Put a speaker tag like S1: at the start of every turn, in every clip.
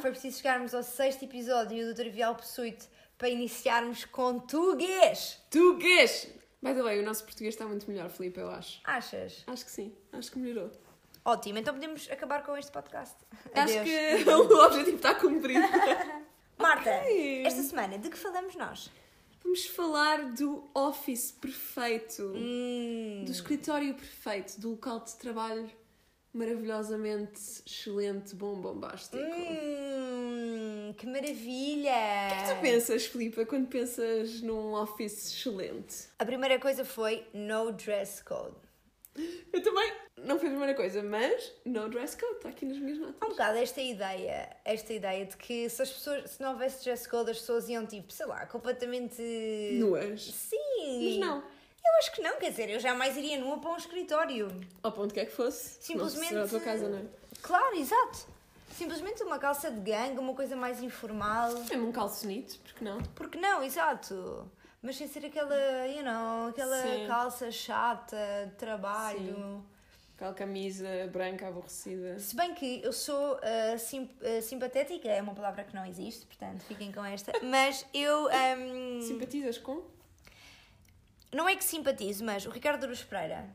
S1: foi preciso chegarmos ao sexto episódio do Trivial Pursuit para iniciarmos com Tuguês.
S2: Tuguês! By the way, o nosso português está muito melhor, Filipe, eu acho.
S1: Achas?
S2: Acho que sim, acho que melhorou.
S1: Ótimo, então podemos acabar com este podcast.
S2: Acho
S1: Adeus.
S2: que o objetivo está cumprido.
S1: Marta,
S2: Ok.
S1: esta semana de que falamos nós?
S2: Vamos falar do office perfeito,
S1: Hum,
S2: do escritório perfeito, do local de trabalho maravilhosamente excelente, bom, bombástico.
S1: Hum, que maravilha!
S2: O que tu pensas, Filipa, quando pensas num office excelente?
S1: A primeira coisa foi no dress code.
S2: Eu também. Não foi a primeira coisa, mas no dress code, está aqui nas minhas
S1: Há um
S2: notas.
S1: bocado esta ideia, esta ideia de que se as pessoas, se não houvesse dress code, as pessoas iam tipo, sei lá, completamente.
S2: Nuas.
S1: Sim!
S2: Mas não.
S1: Eu acho que não, quer dizer, eu jamais iria nua para um escritório.
S2: Ao ponto que é que fosse.
S1: Simplesmente.
S2: Não, será a tua casa, não é?
S1: Claro, exato. Simplesmente uma calça de gangue, uma coisa mais informal.
S2: Mesmo um calçonito, porque não?
S1: Porque não, exato. Mas sem ser aquela, you know, aquela
S2: Sim.
S1: calça chata de trabalho.
S2: Aquela camisa branca aborrecida.
S1: Se bem que eu sou ah, sim- ah, simpatética, é uma palavra que não existe, portanto fiquem com esta. Mas eu. ahm,
S2: Simpatizas com
S1: não é que simpatizo, mas o Ricardo Ruz Pereira.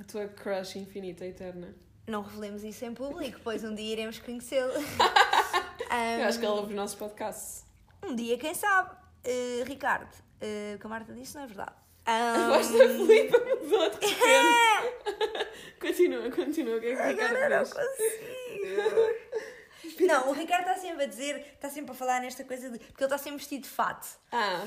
S2: a tua crush infinita e eterna.
S1: Não revelemos isso em público, pois um dia iremos conhecê-lo. Ahm,
S2: Eu acho que ela ouve os nossos podcasts.
S1: um dia, quem sabe? Ah, Ricardo, ah, o que a Marta disse não é verdade. Ahm,
S2: A voz da Filipa mudou de repente. continua, continua. O que é que o
S1: Agora
S2: Ricardo
S1: não
S2: diz?
S1: consigo. Não, o Ricardo está sempre a dizer, está sempre a falar nesta coisa de. Porque ele está sempre vestido de fato.
S2: Ah,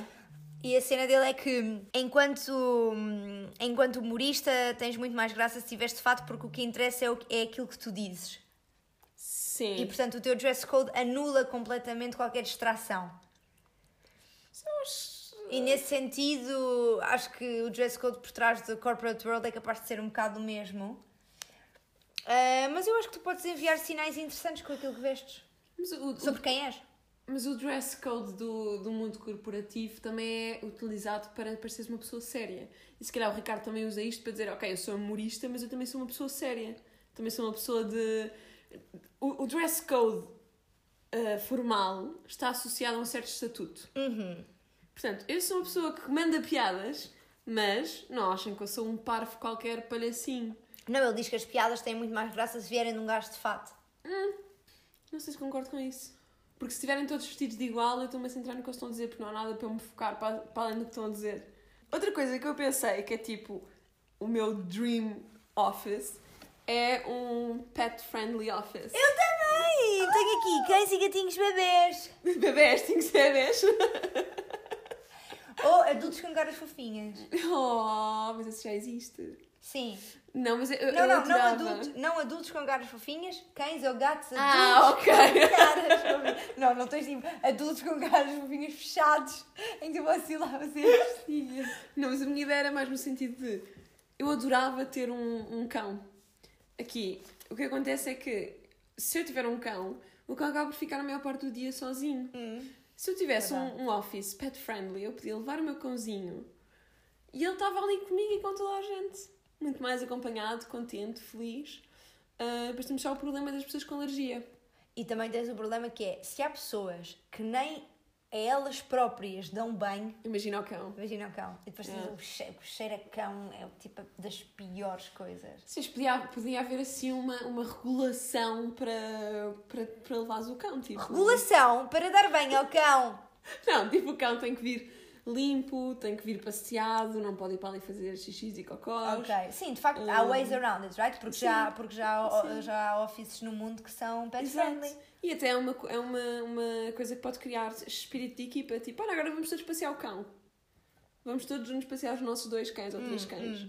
S1: E a cena dele é que, enquanto, hum, enquanto humorista, tens muito mais graça se tiveres de fato, porque o que interessa é, o, que- é aquilo que tu dizes. E
S2: sim.
S1: portanto, o teu dress code anula completamente qualquer distração.
S2: São os-
S1: E nesse sentido, acho que o dress code por trás do corporate world é capaz de ser um bocado o mesmo. Ah, mas eu acho que tu podes enviar sinais interessantes com aquilo que vestes.
S2: Mas o, o-
S1: Sobre quem és?
S2: mas o dress code do, do mundo corporativo também é utilizado para pareceres uma pessoa séria. E se calhar o Ricardo também usa isto para dizer: Ok, eu sou humorista, mas eu também sou uma pessoa séria. Também sou uma pessoa de. O, o dress code ah, formal está associado a um certo estatuto. Portanto, eu sou uma pessoa que manda piadas, mas não achem que eu sou um parvo qualquer palhacinho.
S1: Não, ele diz que as piadas têm muito mais graça se vierem de um gajo de fato.
S2: Não sei se concordo com isso. Porque se estiverem todos vestidos de igual, eu estou-me a centrar no que eles estão a dizer, porque não há nada para eu me focar para, para além do que estão a dizer. Outra coisa que eu pensei, que é tipo o meu dream office, é um pet-friendly office.
S1: Eu também! Tenho aqui cães e gatinhos bebês.
S2: Bebés, tinha que ser bebés.
S1: Ou adultos com caras fofinhas.
S2: Oh, mas isso já existe.
S1: Sim.
S2: Não, mas eu, eu
S1: Não, não, não
S2: adorava.
S1: adultos, não adultos com caras fofinhas, cães ou gatos
S2: Ah,
S1: adultos.
S2: ok.
S1: com Caras fofinhas. Não, não tens tipo adultos com caras fofinhas fechados em que você lá fazer festinha.
S2: Não, mas a minha ideia era mais no sentido de eu adorava ter um, um cão aqui. O que acontece é que se eu tiver um cão, o cão acaba por ficar a maior parte do dia sozinho. Se eu tivesse um, um office pet friendly, eu podia levar o meu cãozinho e ele estava ali comigo e com toda a gente. Muito mais acompanhado, contente, feliz. Ah, depois temos só o problema das pessoas com alergia.
S1: E também tens o problema que é, se há pessoas que nem a elas próprias dão banho,
S2: Imagina o cão.
S1: Imagina o cão. E depois tens o cheiro, o cheiro a cão é o tipo das piores coisas.
S2: Vocês podia, podia haver assim uma, uma regulação para, para, para levares o cão. Tipo,
S1: Regulação para dar banho ao cão.
S2: Não, tipo, o cão tem que vir limpo, tem que vir passeado, não pode ir para ali fazer xixis e cocós.
S1: Ok. Sim, de facto,
S2: Uhum.
S1: há ways around it, right? Porque, já, porque já, há- já há offices no mundo que são pet
S2: Exato.
S1: friendly.
S2: E até é, uma, co- é uma, uma coisa que pode criar espírito de equipa, tipo, olha, agora vamos todos passear o cão. Vamos todos juntos passear os nossos dois cães ou
S1: Hum,
S2: três cães.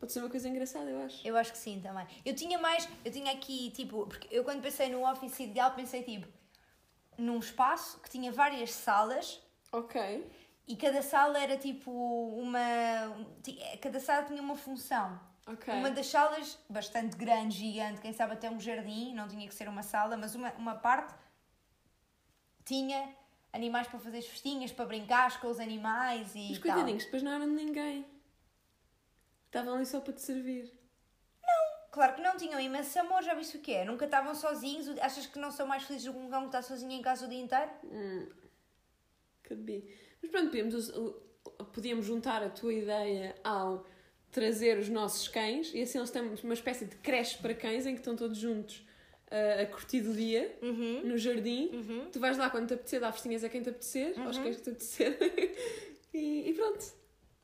S2: Pode ser uma coisa engraçada, eu acho.
S1: Eu acho que sim também. Eu tinha mais, eu tinha aqui tipo, porque eu quando pensei no office ideal pensei tipo num espaço que tinha várias salas
S2: Ok.
S1: e cada sala era tipo uma. um- ti- Cada sala tinha uma função.
S2: Ok.
S1: Uma das salas, bastante grande, gigante, quem sabe até um jardim, não tinha que ser uma sala, mas uma, uma parte tinha animais para fazer festinhas, para brincar com os animais e
S2: Os
S1: tal.
S2: coitadinhos, depois não eram de ninguém. Estavam ali só para te servir.
S1: Claro que não tinham imenso amor, já viste o que é? Nunca estavam sozinhos. Achas que não são mais felizes do que um cão que está sozinho em casa o dia inteiro?
S2: Could be. Mas pronto, podíamos, us- o- podíamos juntar a tua ideia ao trazer os nossos cães e assim eles têm uma espécie de creche para cães em que estão todos juntos ah, a curtir o dia no jardim. Tu vais lá quando te apetecer, dar festinhas a quem te apetecer, aos cães que te apetecer e, e pronto.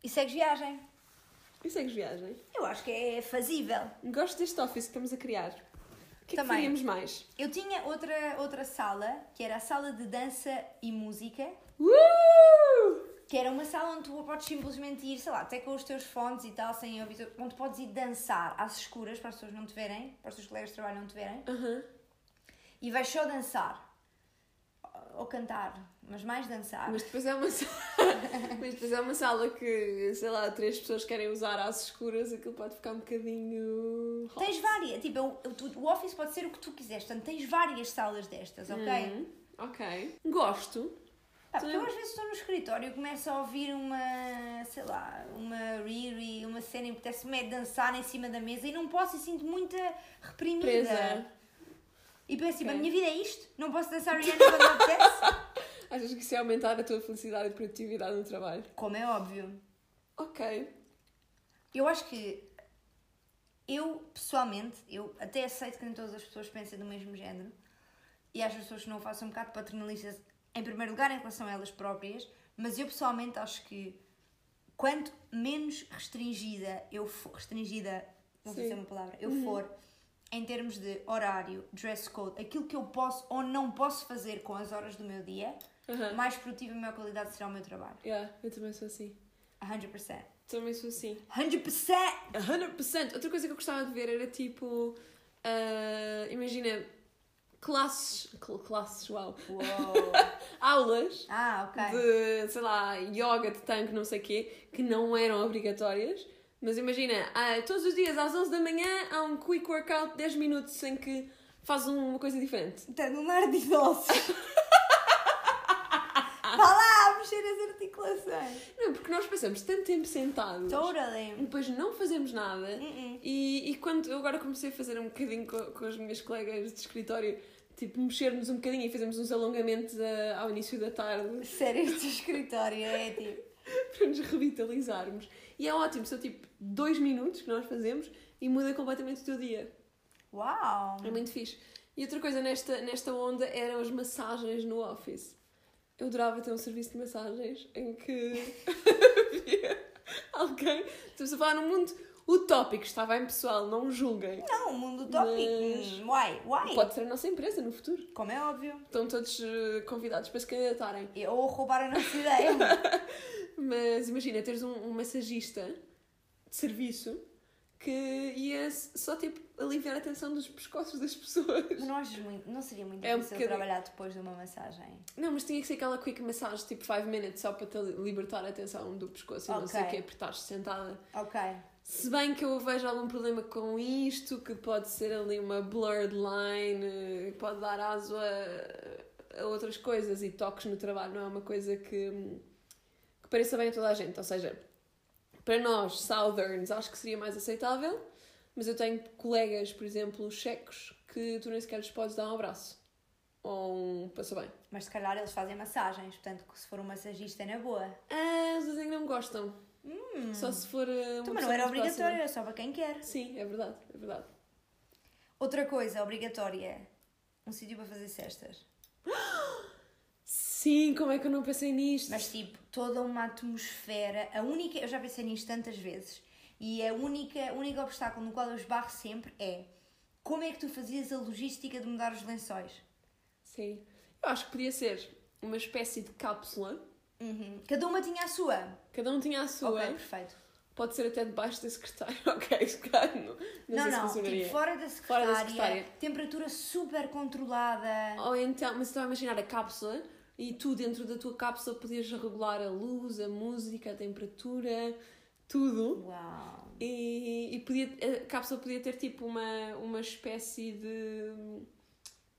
S1: E segues viagem.
S2: E segues viagem.
S1: Eu acho que é fazível.
S2: Gosto deste office que estamos a criar. O que é que
S1: Também.
S2: faríamos mais?
S1: Eu tinha outra, outra sala, que era a sala de dança e música,
S2: Uh!
S1: que era uma sala onde tu podes simplesmente ir, sei lá, até com os teus fones e tal, sem ouvir, onde podes ir dançar às escuras para as pessoas não te verem, para os teus colegas de trabalho não te verem,
S2: Aham.
S1: e vais só dançar. Ou cantar, mas mais dançar.
S2: Mas depois é uma sala, mas depois é uma sala que, sei lá, três pessoas querem usar às escuras, aquilo pode ficar um bocadinho. hot.
S1: Tens várias, tipo, o, o, tu- o office pode ser o que tu quiseres, portanto, tens várias salas destas, ok?
S2: Hum, ok. Gosto.
S1: Pá, porque eu
S2: Sim.
S1: às vezes estou no escritório e começo a ouvir uma, sei lá, uma riri, uma cena e me apetece-me é dançar em cima da mesa e não posso e sinto muita reprimida.
S2: Presa.
S1: E penso, tipo, a
S2: Ok.
S1: minha vida é isto? Não posso dançar Rihanna quando me apetece?
S2: Achas que isso é aumentar a tua felicidade e produtividade no trabalho?
S1: Como é óbvio.
S2: Ok.
S1: Eu acho que eu, pessoalmente, eu até aceito que nem todas as pessoas pensem do mesmo género e acho que as pessoas que não façam um bocado paternalistas em primeiro lugar em relação a elas próprias, mas eu pessoalmente acho que quanto menos restringida eu for, restringida, não sei se é
S2: Sim.
S1: uma palavra, eu for em termos de horário, dress code, aquilo que eu posso ou não posso fazer com as horas do meu dia,
S2: Aham.
S1: mais produtiva e maior qualidade será o meu trabalho.
S2: Yeah, eu também sou assim.
S1: 100%.
S2: Também sou assim.
S1: 100%!
S2: 100%. Outra coisa que eu gostava de ver era tipo. ah, imagina. Classes. cl- Classes, uau.
S1: Uou!
S2: Aulas.
S1: Ah, ok.
S2: de, sei lá, yoga de tanque, não sei o quê, que não eram obrigatórias. Mas imagina, ah, todos os dias às 11 da manhã há um quick workout de 10 minutos em que faz um, uma coisa diferente.
S1: Está num ar de idosos. Vá lá, a mexer as articulações.
S2: Não, porque nós passamos tanto tempo sentados,
S1: Totally.
S2: depois não fazemos nada.
S1: Uh-uh.
S2: E, e quando eu agora comecei a fazer um bocadinho co- com, as minhas colegas de escritório, tipo, mexermos um bocadinho e fazermos uns alongamentos ah, ao início da tarde.
S1: Sério, este escritório é tipo...
S2: para nos revitalizarmos. E é ótimo, são tipo dois minutos que nós fazemos e muda completamente o teu dia.
S1: Uau!
S2: É muito fixe. E outra coisa nesta, nesta onda eram as massagens no office. Eu adorava ter um serviço de massagens em que havia alguém. Estamos a falar num mundo utópico, está bem, pessoal? Não julguem.
S1: Não, o mundo utópico.
S2: Mas-
S1: Hum, Uai, uai.
S2: Pode ser a nossa empresa no futuro.
S1: Como é óbvio.
S2: Estão todos eh, convidados para se candidatarem.
S1: E- Ou roubar a nossa ideia.
S2: Mas imagina, teres um, um massagista de serviço que ia s- só tipo aliviar a tensão dos pescoços das pessoas.
S1: Mas não achas muito... Não seria muito
S2: É um
S1: difícil
S2: bocadinho.
S1: trabalhar depois de uma massagem?
S2: Não, mas tinha que ser aquela quick massage tipo 5 minutes só para te li- libertar a tensão do pescoço e não sei o
S1: Ok.
S2: quê, porque estás sentada.
S1: Ok.
S2: Se bem que eu vejo algum problema com isto, que pode ser ali uma blurred line, eh, pode dar aso a, a outras coisas e toques no trabalho, não é uma coisa que, hum, que pareça bem a toda a gente. Ou seja, para nós, Southerns, acho que seria mais aceitável, mas eu tenho colegas, por exemplo, checos, que tu nem sequer lhes podes dar um abraço ou um passou bem.
S1: Mas se calhar eles fazem massagens, portanto, que se for um massagista é na boa.
S2: Ah, eles dizem que não gostam. Só se for. eh, Uma
S1: Hum. Então, mas não
S2: pessoa
S1: era
S2: muito próxima.
S1: obrigatório, é só para quem quer.
S2: Sim, é verdade, é verdade.
S1: Outra coisa obrigatória. Um sítio para fazer cestas.
S2: Sim, como é que eu não pensei nisto?
S1: Mas tipo, toda uma atmosfera, a única, eu já pensei nisto tantas vezes, e a única, o único obstáculo no qual eu esbarro sempre é como é que tu fazias a logística de mudar os lençóis?
S2: Sim. Eu acho que podia ser uma espécie de cápsula.
S1: Uhum. Cada uma tinha a sua.
S2: Cada um tinha a sua.
S1: Ok, perfeito.
S2: Pode ser até debaixo da secretária. Ok, se calhar não, não,
S1: Não,
S2: sei se
S1: não,
S2: funcionaria.
S1: tipo, fora da,
S2: Fora da secretária.
S1: temperatura super controlada.
S2: Ou então, mas estava a imaginar a cápsula e tu dentro da tua cápsula podias regular a luz, a música, a temperatura, tudo.
S1: Uau.
S2: E, e podia, a cápsula podia ter tipo uma, uma espécie de,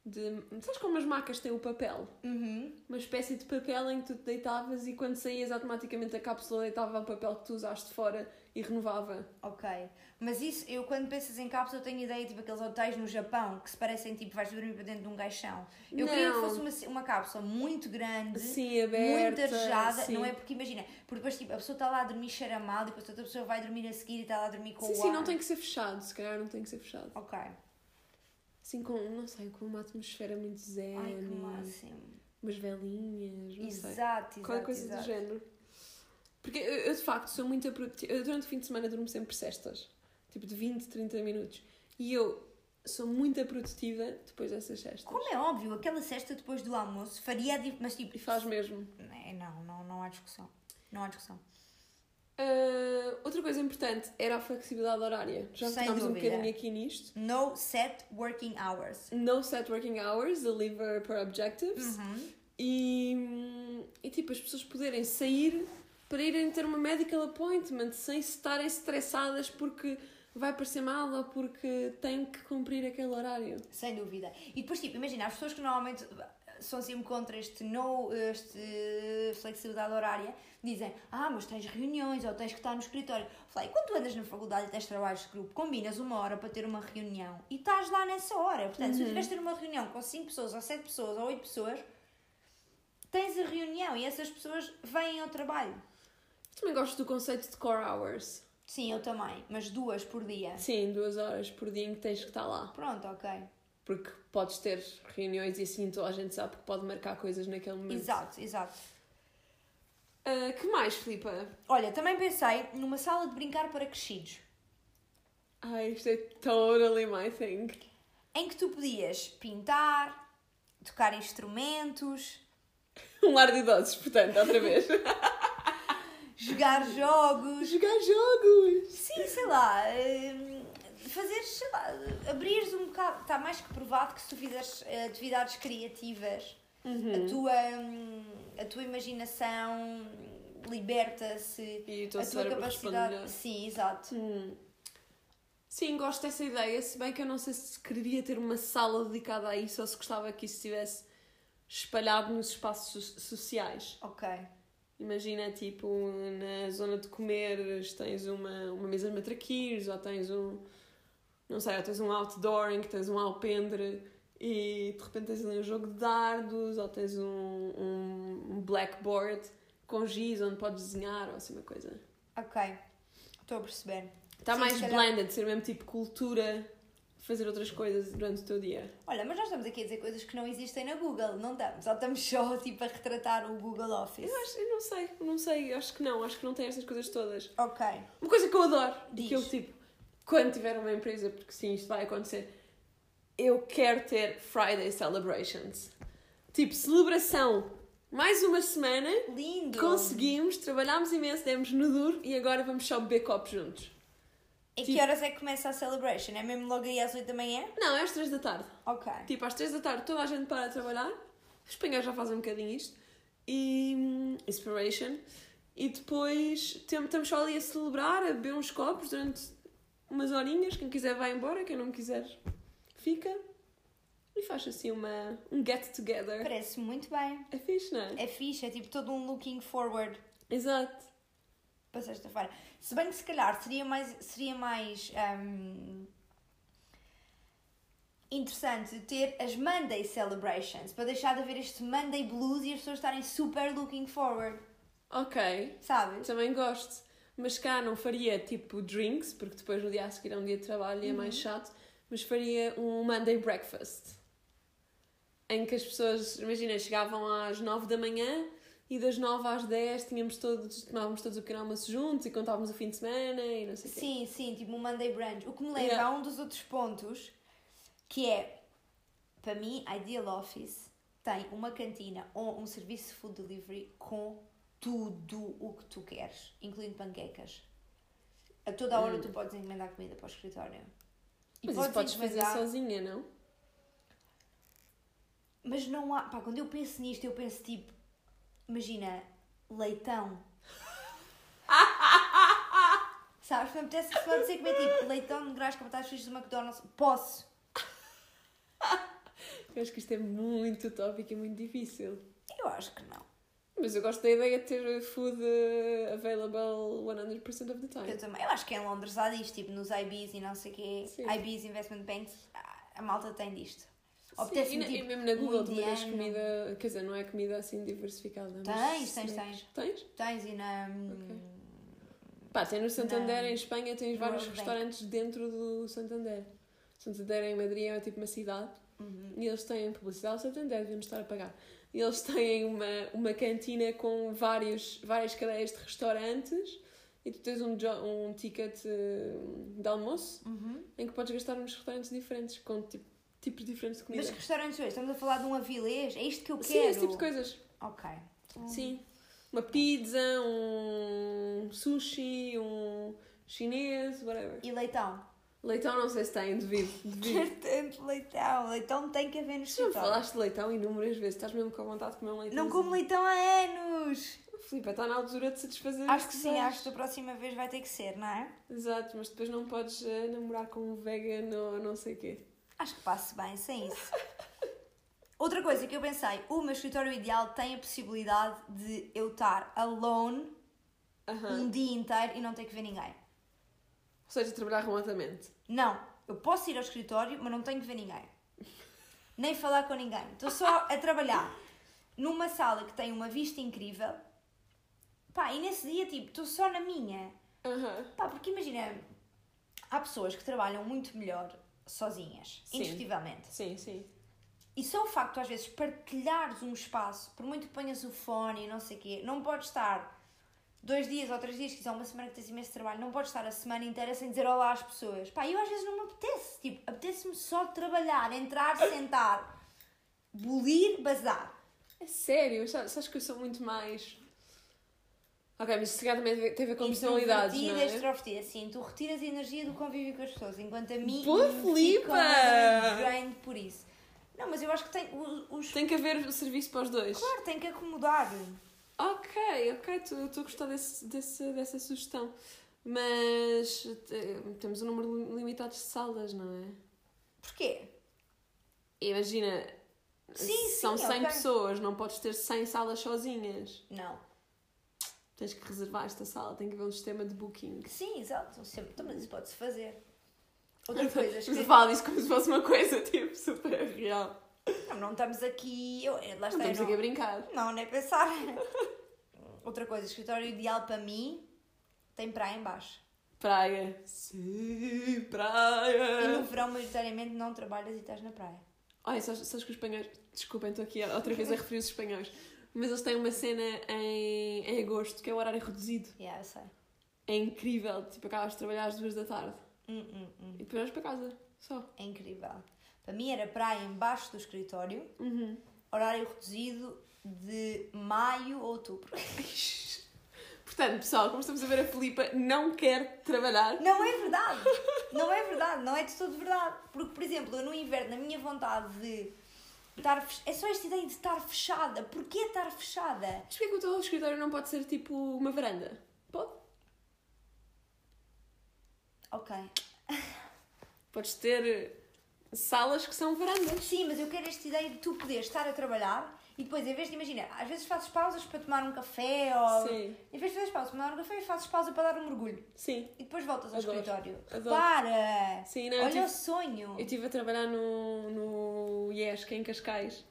S2: de. Sabes como as macas têm o papel?
S1: Uhum.
S2: Uma espécie de papel em que tu te deitavas e quando saías automaticamente a cápsula deitava o papel que tu usaste fora e renovava.
S1: Ok. Mas isso, eu quando pensas em cápsula, eu tenho ideia, tipo aqueles hotéis no Japão que se parecem tipo vais dormir para dentro de um caixão. Eu queria que
S2: Não.
S1: fosse uma, uma cápsula muito grande,
S2: Sim,
S1: muito
S2: Assim, aberta. assim.
S1: arejada,
S2: sim.
S1: não é? Porque imagina, porque depois tipo, a pessoa está lá a dormir cheira mal e depois outra pessoa vai dormir a seguir e está lá a dormir com
S2: Sim,
S1: o
S2: sim,
S1: ar.
S2: não tem que ser fechado, se calhar não tem que ser fechado.
S1: Ok.
S2: Assim com, não sei, com uma atmosfera muito zen,
S1: Ai, que
S2: e
S1: máximo.
S2: umas velinhas, É, não sei.
S1: Exato, exato.
S2: Qualquer coisa
S1: exato.
S2: do género. Porque eu, eu, de facto sou muito produtiva. Eu durante o fim de semana durmo sempre cestas. Tipo de 20, 30 minutos. E eu sou muito produtiva depois dessas cestas.
S1: Como é óbvio, aquela cesta depois do almoço faria. a dif- Mas tipo.
S2: E faz mesmo.
S1: É, Não, não, não há discussão. Não há discussão.
S2: Ah, outra coisa importante era a flexibilidade horária. Já
S1: Sem
S2: falámos um
S1: dúvida.
S2: bocadinho aqui nisto.
S1: No set working hours.
S2: No set working hours, deliver per objectives.
S1: Uhum.
S2: E, e tipo, as pessoas poderem sair para irem ter uma medical appointment sem se estarem estressadas porque vai parecer mal ou porque têm que cumprir aquele horário.
S1: Sem dúvida. E depois, tipo, imagina, as pessoas que normalmente uh, são sempre contra este no, este flexibilidade horária, dizem, ah, mas tens reuniões ou tens que estar no escritório. Falei, e quando tu andas na faculdade e tens trabalhos de grupo, combinas uma hora para ter uma reunião e estás lá nessa hora. Portanto, se tu tiveres de ter uma reunião com 5 pessoas, ou 7 pessoas, ou 8 pessoas, tens a reunião e essas pessoas vêm ao trabalho.
S2: Eu também gosto do conceito de core hours.
S1: Sim, eu também, mas duas por dia.
S2: Sim, duas horas por dia em que tens que estar lá.
S1: Pronto, ok.
S2: Porque podes ter reuniões e assim toda a gente sabe que pode marcar coisas naquele momento.
S1: Exato, exato.
S2: Ah, que mais, Filipa?
S1: Olha, também pensei numa sala de brincar para crescidos.
S2: Ai, isto é totally my thing.
S1: em que tu podias pintar, tocar instrumentos,
S2: Um lar de idosos, portanto, outra vez.
S1: jogar jogos,
S2: Jogar jogos!
S1: sim, sei lá, hum, fazer, sei lá, abrires um bocado. Está mais que provado que se tu fizeres eh, atividades criativas,
S2: Uhum.
S1: a, tua, hum, a tua imaginação liberta-se,
S2: E o teu
S1: a tua
S2: cérebro responde melhor.
S1: capacidade. Sim, exato.
S2: Hum. Sim, gosto dessa ideia, se bem que eu não sei se queria ter uma sala dedicada a isso ou se gostava que isso estivesse espalhado nos espaços so- sociais.
S1: Ok.
S2: Imagina, tipo, na zona de comeres tens uma, uma mesa de matraquilhos ou tens um, não sei, ou tens um outdoor em que tens um alpendre e de repente tens ali um jogo de dardos ou tens um, um, um blackboard com giz onde podes desenhar ou assim uma coisa.
S1: Ok. Estou a perceber.
S2: Está
S1: Sim,
S2: Tá mais
S1: se calhar.
S2: blended, ser mesmo tipo cultura, fazer outras coisas durante o teu dia.
S1: Olha, mas nós estamos aqui a dizer coisas que não existem na Google, não estamos? Ou estamos só tipo a retratar o Google Office?
S2: Eu acho, eu não sei, não sei, acho que não, acho que não tem estas coisas todas.
S1: Ok.
S2: Uma coisa que eu adoro, e
S1: Diz.
S2: que eu tipo, quando tiver uma empresa, porque sim, isto vai acontecer, eu quero ter Friday celebrations. Tipo, celebração. Mais uma semana,
S1: Lindo!
S2: conseguimos, trabalhámos imenso, demos no duro e agora vamos só beber copos juntos.
S1: E
S2: Tipo-
S1: que horas é que começa a celebration? É mesmo logo aí às 8 da manhã?
S2: Não, é às três da tarde.
S1: Ok.
S2: Tipo, às três da tarde toda a gente para de trabalhar. Os espanhóis já fazem um bocadinho isto. E. hum, Inspiration. E depois tem- estamos só ali a celebrar, a beber uns copos durante umas horinhas. Quem quiser vai embora, quem não quiser fica. E faz assim uma, um get together.
S1: Parece muito bem.
S2: É fixe, não é?
S1: É fixe, é tipo todo um looking forward
S2: Exato.
S1: para sexta-feira. Se bem que se calhar seria mais, seria mais hum, interessante ter as Monday celebrations para deixar de haver este Monday blues e as pessoas estarem super looking forward,
S2: Ok.
S1: sabes?
S2: Também gosto. Mas cá não faria tipo drinks, porque depois no dia a seguir é um dia de trabalho e é mais chato. Mas faria um Monday breakfast. Em que as pessoas, imagina, chegavam às 9 da manhã e das 9 às 10 tínhamos todos, tomávamos todos o pequeno almoço juntos e contávamos o fim de semana e não sei o quê.
S1: Sim, sim, tipo um Monday brunch. O que me leva
S2: Yeah.
S1: a um dos outros pontos, que é, para mim, a Ideal Office tem uma cantina ou um serviço de food delivery com tudo o que tu queres, incluindo panquecas. A toda a hora
S2: Hum.
S1: tu podes encomendar comida para o escritório. E
S2: Mas isso podes fazer
S1: encomendar-
S2: sozinha, não?
S1: Mas não há... Pá, quando eu penso nisto, eu penso tipo... Imagina, leitão. Sabes, se me apetece se pode dizer comer tipo leitão de grás com batatas fritas do McDonald's, posso.
S2: Eu acho que isto é muito utópico e muito difícil.
S1: Eu acho que não.
S2: Mas eu gosto da ideia de ter food eh, available 100% of the
S1: Eu
S2: time.
S1: também. Eu acho que é em Londres há disto, tipo nos IBs e não sei o quê.
S2: Sim.
S1: IBs Investment Banks, a- a malta tem disto.
S2: Sim,
S1: Obtece
S2: e, na-
S1: me
S2: e
S1: tipo.
S2: mesmo na Google
S1: um
S2: também tens
S1: indiano.
S2: comida, quer dizer, não é comida assim diversificada.
S1: Tens,
S2: mas
S1: tens,
S2: snacks. Tens?
S1: Tens e na.
S2: Pá, tem no Santander,
S1: Na-
S2: em Espanha, tens
S1: no
S2: vários
S1: World Bank.
S2: restaurantes dentro do Santander. Santander em Madrid é tipo uma cidade
S1: Uhum.
S2: e eles têm publicidade, o Santander devemos estar a pagar. E eles têm uma, uma cantina com vários, várias cadeias de restaurantes e tu tens um, jo- um ticket eh, de almoço
S1: Uhum.
S2: em que podes gastar nos restaurantes diferentes, com tipo, tipos diferentes de comida.
S1: Mas que restaurantes são estes? Estamos a falar de um avilés? É isto que eu
S2: Sim,
S1: quero?
S2: esse tipo de coisas.
S1: Ok. Então,
S2: Sim. Uma pizza, um sushi, um chinês, whatever.
S1: E leitão?
S2: Leitão não sei se tem, devido. devido.
S1: Tanto leitão. Leitão tem que haver no
S2: Já me
S1: escritório.
S2: falaste de leitão inúmeras vezes, estás mesmo com vontade de comer um leitão.
S1: Não como leitão há anos!
S2: Filipe, está na altura de satisfazer
S1: Acho
S2: os
S1: que sim,
S2: desejos.
S1: acho que da próxima vez vai ter que ser, não é?
S2: Exato, mas depois não podes eh, namorar com um vegan ou não sei o quê.
S1: Acho que passo bem sem isso. Outra coisa que eu pensei, o meu escritório ideal tem a possibilidade de eu estar alone
S2: Aham.
S1: um dia inteiro e não ter que ver ninguém.
S2: Ou seja, trabalhar remotamente.
S1: Não, eu posso ir ao escritório, mas não tenho que ver ninguém. Nem falar com ninguém. Estou só a trabalhar numa sala que tem uma vista incrível. Pá, e nesse dia, tipo, estou só na minha.
S2: Aham.
S1: Pá, porque imagina, há pessoas que trabalham muito melhor sozinhas,
S2: Sim.
S1: indiscutivelmente.
S2: Sim, sim.
S1: E só o facto, de, às vezes, partilhares um espaço, por muito que ponhas o fone e não sei o quê, não podes estar dois dias ou três dias, que isso é uma semana que tens imenso trabalho, não podes estar a semana inteira sem dizer olá às pessoas. Pá, eu às vezes não me apetece. Tipo, apetece-me só trabalhar, entrar, sentar, bolir, bazar.
S2: É sério, sa- sabes que eu sou muito mais. Ok, mas isso se calhar também teve- teve a ver com personalidades, não
S1: Introvertida,
S2: é?
S1: extrovertida, sim. assim, Tu retiras a energia do convívio com as pessoas, enquanto a mim...
S2: Boa,
S1: me
S2: Filipa!
S1: fica completamente drained por isso. Não, mas eu acho que tem... o- Os...
S2: Tem que haver serviço para os dois.
S1: Claro, tem que acomodar.
S2: Ok, ok, estou a gostar desse, desse- dessa sugestão. Mas eh, temos um número lim- limitado de salas, não é?
S1: Porquê?
S2: Imagina,
S1: Sim,
S2: são
S1: sim,
S2: 100
S1: ok.
S2: pessoas, não podes ter 100 salas sozinhas.
S1: Não.
S2: Tens que reservar esta sala, tem que haver um sistema de booking.
S1: Sim, exato. Sempre, então, mas isso pode-se fazer. Outra coisa, é-
S2: Mas
S1: escrever.
S2: fala isso como se fosse uma coisa tipo super real.
S1: Não, não estamos aqui. Eu, eu- lá
S2: Não
S1: está, eu
S2: estamos
S1: não,
S2: aqui a brincar.
S1: não, nem pensar. Outra coisa, escritório ideal para mim tem praia em baixo.
S2: Praia. Sim,
S1: E no
S2: praia.
S1: verão, maioritariamente, não trabalhas e estás na praia.
S2: Olha, sabes, sabes que os espanhóis. Desculpem, estou aqui outra vez a referir os espanhóis. Mas eles têm uma cena em, em agosto que é o horário reduzido.
S1: Yeah, eu sei.
S2: É incrível. Tipo, acabas de trabalhar às duas da tarde
S1: Hum, hum, hum.
S2: e depois vais para casa. Só.
S1: É incrível. Para mim era praia em baixo do escritório,
S2: Uhum.
S1: horário reduzido de maio a outubro.
S2: Portanto, pessoal, como estamos a ver, a Filipa não quer trabalhar.
S1: Não é verdade! Não é verdade, não é de todo verdade. Porque, por exemplo, eu no inverno, na minha vontade de estar fech... É só esta ideia de estar fechada. Porquê estar fechada?
S2: Mas porquê que o teu escritório não pode ser tipo uma varanda? Pode?
S1: Ok.
S2: Podes ter eh, salas que são varandas.
S1: Sim, mas eu quero esta ideia de tu poderes estar a trabalhar e depois, em vez de imaginar, às vezes fazes pausas para tomar um café ou.
S2: Sim,
S1: Em vez de fazeres pausa para tomar um café, fazes pausa para dar um mergulho.
S2: sim.
S1: E depois voltas ao
S2: Adoro.
S1: escritório.
S2: Adoro.
S1: Para!
S2: Sim, não, eu
S1: Olha
S2: tive-
S1: o sonho!
S2: Eu estive a trabalhar no, no IESC em Cascais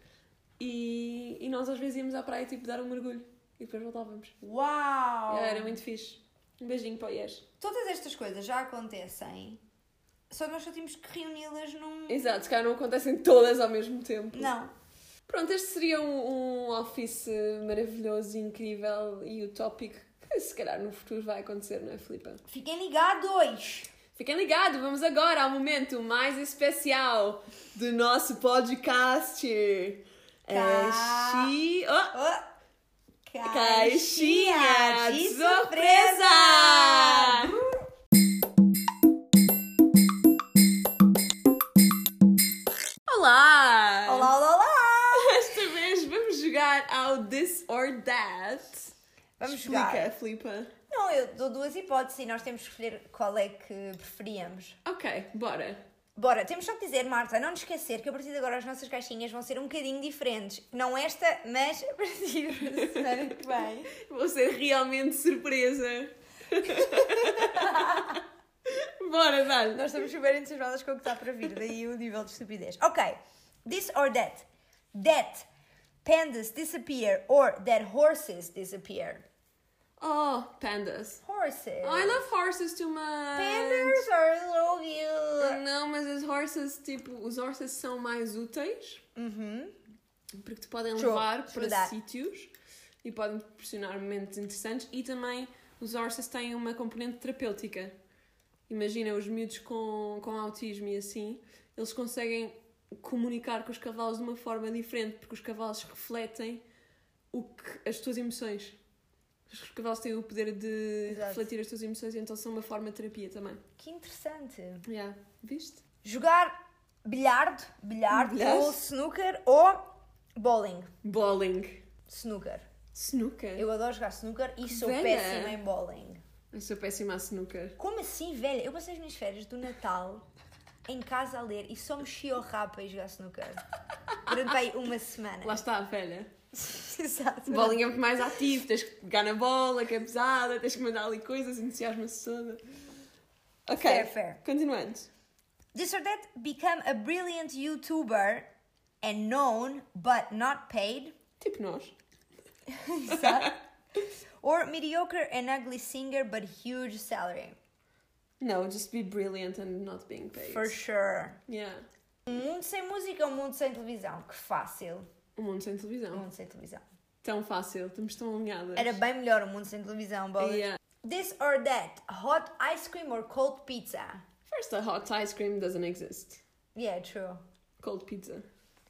S2: e, e nós às vezes íamos à praia tipo dar um mergulho e depois voltávamos.
S1: Uau!
S2: Ah, era muito fixe. Um beijinho para o IESC.
S1: Todas estas coisas já acontecem, só nós só temos que reuni-las num.
S2: Exato, se calhar não acontecem todas ao mesmo tempo.
S1: Não.
S2: Pronto, este seria um, um office maravilhoso, incrível e utópico que se calhar no futuro vai acontecer, não é, Filipa?
S1: Fiquem ligados!
S2: Fiquem ligados, vamos agora ao momento mais especial do nosso podcast. É
S1: Ca-
S2: chi... oh!
S1: Oh,
S2: Caixinha de surpresa! Olá!
S1: Olá, olá, olá!
S2: Esta vez vamos jogar ao This or That.
S1: Vamos
S2: Explica,
S1: jogar.
S2: Filipa.
S1: Não, eu dou duas hipóteses e nós temos que escolher qual é que preferíamos.
S2: Ok, bora.
S1: Bora, temos só que dizer, Marta, não nos esquecer que a partir de agora as nossas caixinhas vão ser um bocadinho diferentes. Não esta, mas a partir da semana que vem.
S2: Vou ser realmente surpresa. Bora, dá
S1: Nós estamos super entusiasmadas com o que está para vir, daí o nível de estupidez. Ok. This or that. That pandas disappear or that horses disappear.
S2: Oh, pandas.
S1: Horses.
S2: Oh, I love horses too much.
S1: Pandas are love you.
S2: Não, mas as horses, tipo, os horses são mais úteis.
S1: Uhum,
S2: Porque te podem
S1: True,
S2: levar
S1: true
S2: para
S1: that.
S2: sítios e podem proporcionar momentos interessantes. E também os horses têm uma componente terapêutica. Imagina, os miúdos com, com autismo e assim, eles conseguem comunicar com os cavalos de uma forma diferente, porque os cavalos refletem o que, as tuas emoções. Os cavalos têm o poder de
S1: Exato.
S2: refletir as tuas emoções, então são uma forma de terapia também.
S1: Que interessante.
S2: Yeah. Viste?
S1: Jogar bilhardo, bilhardo,
S2: Bilhardo.
S1: ou snooker ou bowling.
S2: Bowling.
S1: Snooker.
S2: Snooker. Eu,
S1: Eu adoro jogar snooker e sou
S2: Velha.
S1: péssima em bowling.
S2: sou péssima a snooker.
S1: Como assim, velha? Eu passei as minhas férias do Natal em casa a ler e só mexi ao rapa e jogar snooker. Durante aí uma semana.
S2: Lá está a velha.
S1: Exato.
S2: Bowling é muito mais ativo, tens que pegar na bola, que é pesada, tens que mandar ali coisas, entusiasma-se toda. Ok,
S1: Fair, fair.
S2: continuando.
S1: This or that become a brilliant YouTuber and known but not paid.
S2: Tipo nós.
S1: Exato. Or mediocre and ugly singer but huge salary.
S2: No, just be brilliant and not being paid.
S1: For sure.
S2: Yeah.
S1: Um mundo sem música, um mundo sem televisão. Que fácil.
S2: O mundo sem
S1: Um
S2: televisão.
S1: mundo sem televisão.
S2: Tão fácil, estamos tão alinhadas.
S1: Era bem melhor um mundo sem televisão, bolas.
S2: Yeah.
S1: This or that, hot ice cream or cold pizza?
S2: First, a hot ice cream doesn't exist.
S1: Yeah, true.
S2: Cold pizza.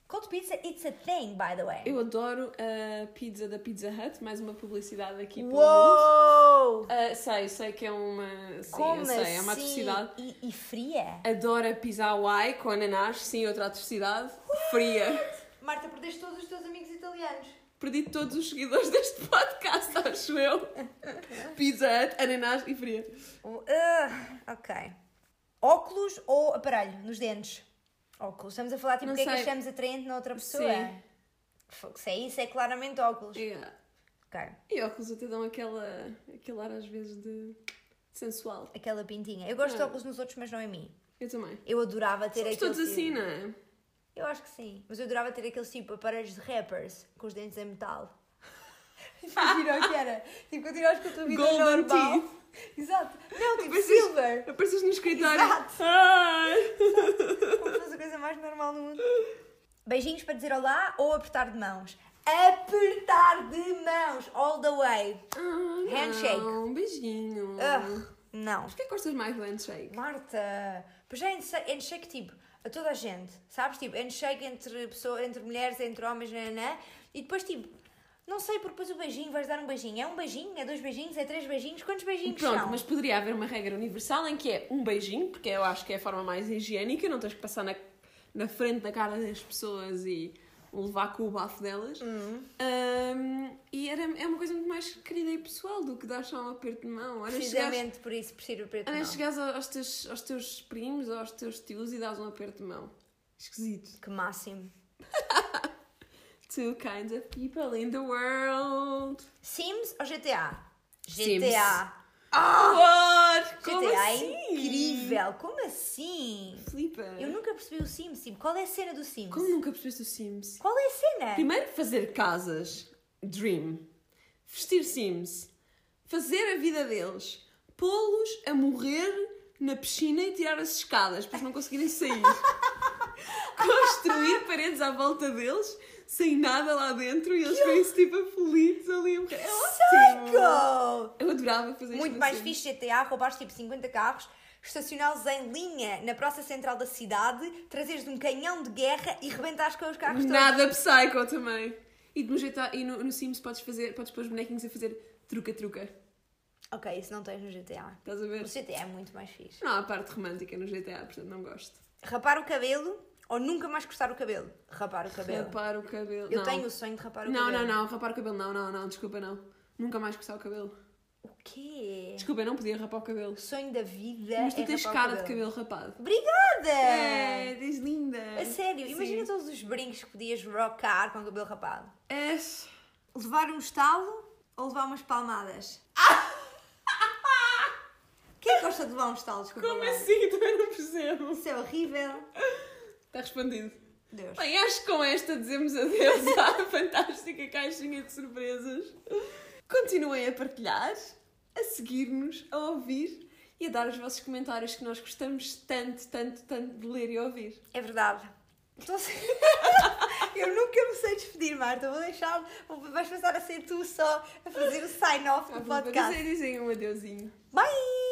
S1: Cold pizza, it's a thing, by the way.
S2: Eu adoro a pizza da Pizza Hut, mais uma publicidade aqui pelo mundo.
S1: Uou!
S2: Ah, sei, sei que é uma. Sim,
S1: Como
S2: eu sei,
S1: assim?
S2: é uma atrocidade.
S1: E, e fria?
S2: Adoro a pizza Hawaii com ananás, sim, outra atrocidade. Fria.
S1: Marta, perdeste todos os teus amigos italianos.
S2: Perdi todos os seguidores deste podcast, acho eu. Pizza Hut, ananás e fria.
S1: ok. Óculos ou aparelho nos dentes? Óculos. Estamos a falar tipo
S2: Não
S1: o que é que
S2: sei.
S1: achamos atraente na outra pessoa.
S2: Sim.
S1: Fogo, se é isso, é claramente óculos.
S2: Yeah.
S1: Ok.
S2: E óculos até dão aquela, aquele ar às vezes de sensual.
S1: Aquela pintinha. Eu gosto de
S2: Não.
S1: óculos nos outros, mas não em mim.
S2: Eu também.
S1: Eu adorava ter
S2: Somos
S1: aquele
S2: todos assim,
S1: tipo-
S2: não é?
S1: Eu acho que sim. Mas eu adorava ter aqueles tipo aparelhos de rappers com os dentes em metal. Imagina o que era. Tipo, continuas com a tua vida
S2: Golden
S1: normal. Exato. Não, tipo
S2: Mas isso-
S1: silver.
S2: Apareces no escritório.
S1: Exato.
S2: Ai.
S1: Como se fosse a coisa mais normal do mundo. Beijinhos para dizer olá ou apertar de mãos? Apertar de mãos! All the way.
S2: Ah, não.
S1: Handshake.
S2: Um beijinho.
S1: Ugh, não.
S2: Porquê que gostas mais do handshake?
S1: Marta, pois é handshake, handshake tipo a toda a gente, sabes? Tipo, handshake entre, pessoa, entre mulheres, entre homens, nananã, e depois tipo, não sei, porque depois o beijinho, vais dar um beijinho. É um beijinho? É dois beijinhos? É três beijinhos? Quantos beijinhos
S2: Pronto,
S1: são?
S2: mas poderia haver uma regra universal em que é um beijinho, porque eu acho que é a forma mais higiênica, não tens que passar na, na frente da cara das pessoas e levar com o bafo delas.
S1: Hum.
S2: Ahm, e era, é uma coisa muito mais querida e pessoal do que dar só um aperto de mão. Ora, chegares,
S1: Precisamente por isso, prefiro o preto
S2: ora,
S1: não.
S2: chegares aos, teus, aos teus primos ou aos teus tios e dás um aperto de mão. Esquisito.
S1: Que máximo.
S2: Two kinds of people in the world.
S1: Sims ou GTA?
S2: Sims.
S1: GTA. Ah!
S2: What? Como
S1: GTA
S2: assim?
S1: é incrível. Como assim?
S2: Flipa.
S1: Eu nunca percebi o Sims. Tipo, qual é a cena do Sims?
S2: Como nunca percebeste o Sims?
S1: Qual é a cena?
S2: Primeiro, fazer casas. Dream. Vestir Sims. Fazer a vida deles. Pô-los a morrer na piscina e tirar as escadas para eles não conseguirem sair. Construir paredes à volta deles sem nada lá dentro e eles vêm-se tipo aflitos ali a morrer. É ótimo!
S1: Psycho!
S2: Eu adorava fazer isto
S1: Muito
S2: no
S1: mais
S2: Sims.
S1: fixe GTA, roubares tipo 50 carros, estacioná-los em linha na praça central da cidade, trazeres um canhão de guerra e rebentares com os carros todos.
S2: Nada psycho também. E no, GTA, e no, no Sims podes, fazer, podes pôr os bonequinhos a fazer truca-truca.
S1: Ok, isso não tens no GTA.
S2: Estás a
S1: O
S2: ver?
S1: GTA é muito mais fixe.
S2: Não há parte romântica no GTA, portanto não gosto.
S1: Rapar o cabelo ou nunca mais cortar o cabelo? Rapar o cabelo.
S2: Rapar o cabelo.
S1: Eu
S2: não.
S1: tenho o sonho de rapar o
S2: Não,
S1: cabelo.
S2: não, não, rapar o cabelo, não, não, não, desculpa, não. Nunca mais coçar o cabelo.
S1: O quê?
S2: Desculpa, eu não podia rapar o cabelo.
S1: O sonho da vida
S2: Mas
S1: é
S2: tu tens
S1: rapar
S2: cara
S1: o
S2: de cabelo rapado.
S1: Obrigada!
S2: É, tens linda.
S1: A sério,
S2: Sim.
S1: imagina todos os brincos que podias rocar com o cabelo rapado.
S2: És.
S1: Levar um estalo ou levar umas palmadas? Quem gosta de levar um estalo? Desculpa
S2: Como
S1: lá.
S2: assim? Também não percebo.
S1: Isso é horrível.
S2: Está Tá respondido.
S1: Deus.
S2: Bem, acho que com esta dizemos adeus à fantástica caixinha de surpresas. Continuem a partilhar, a seguir-nos, a ouvir e a dar os vossos comentários que nós gostamos tanto, tanto, tanto de ler e ouvir.
S1: É verdade. Estou a ser- Eu nunca me sei despedir, Marta. Vou deixar. vou- Vais passar a ser tu só a fazer o sign-off do
S2: Ah, vou
S1: podcast.
S2: Dizer, dizem um adeusinho.
S1: Bye!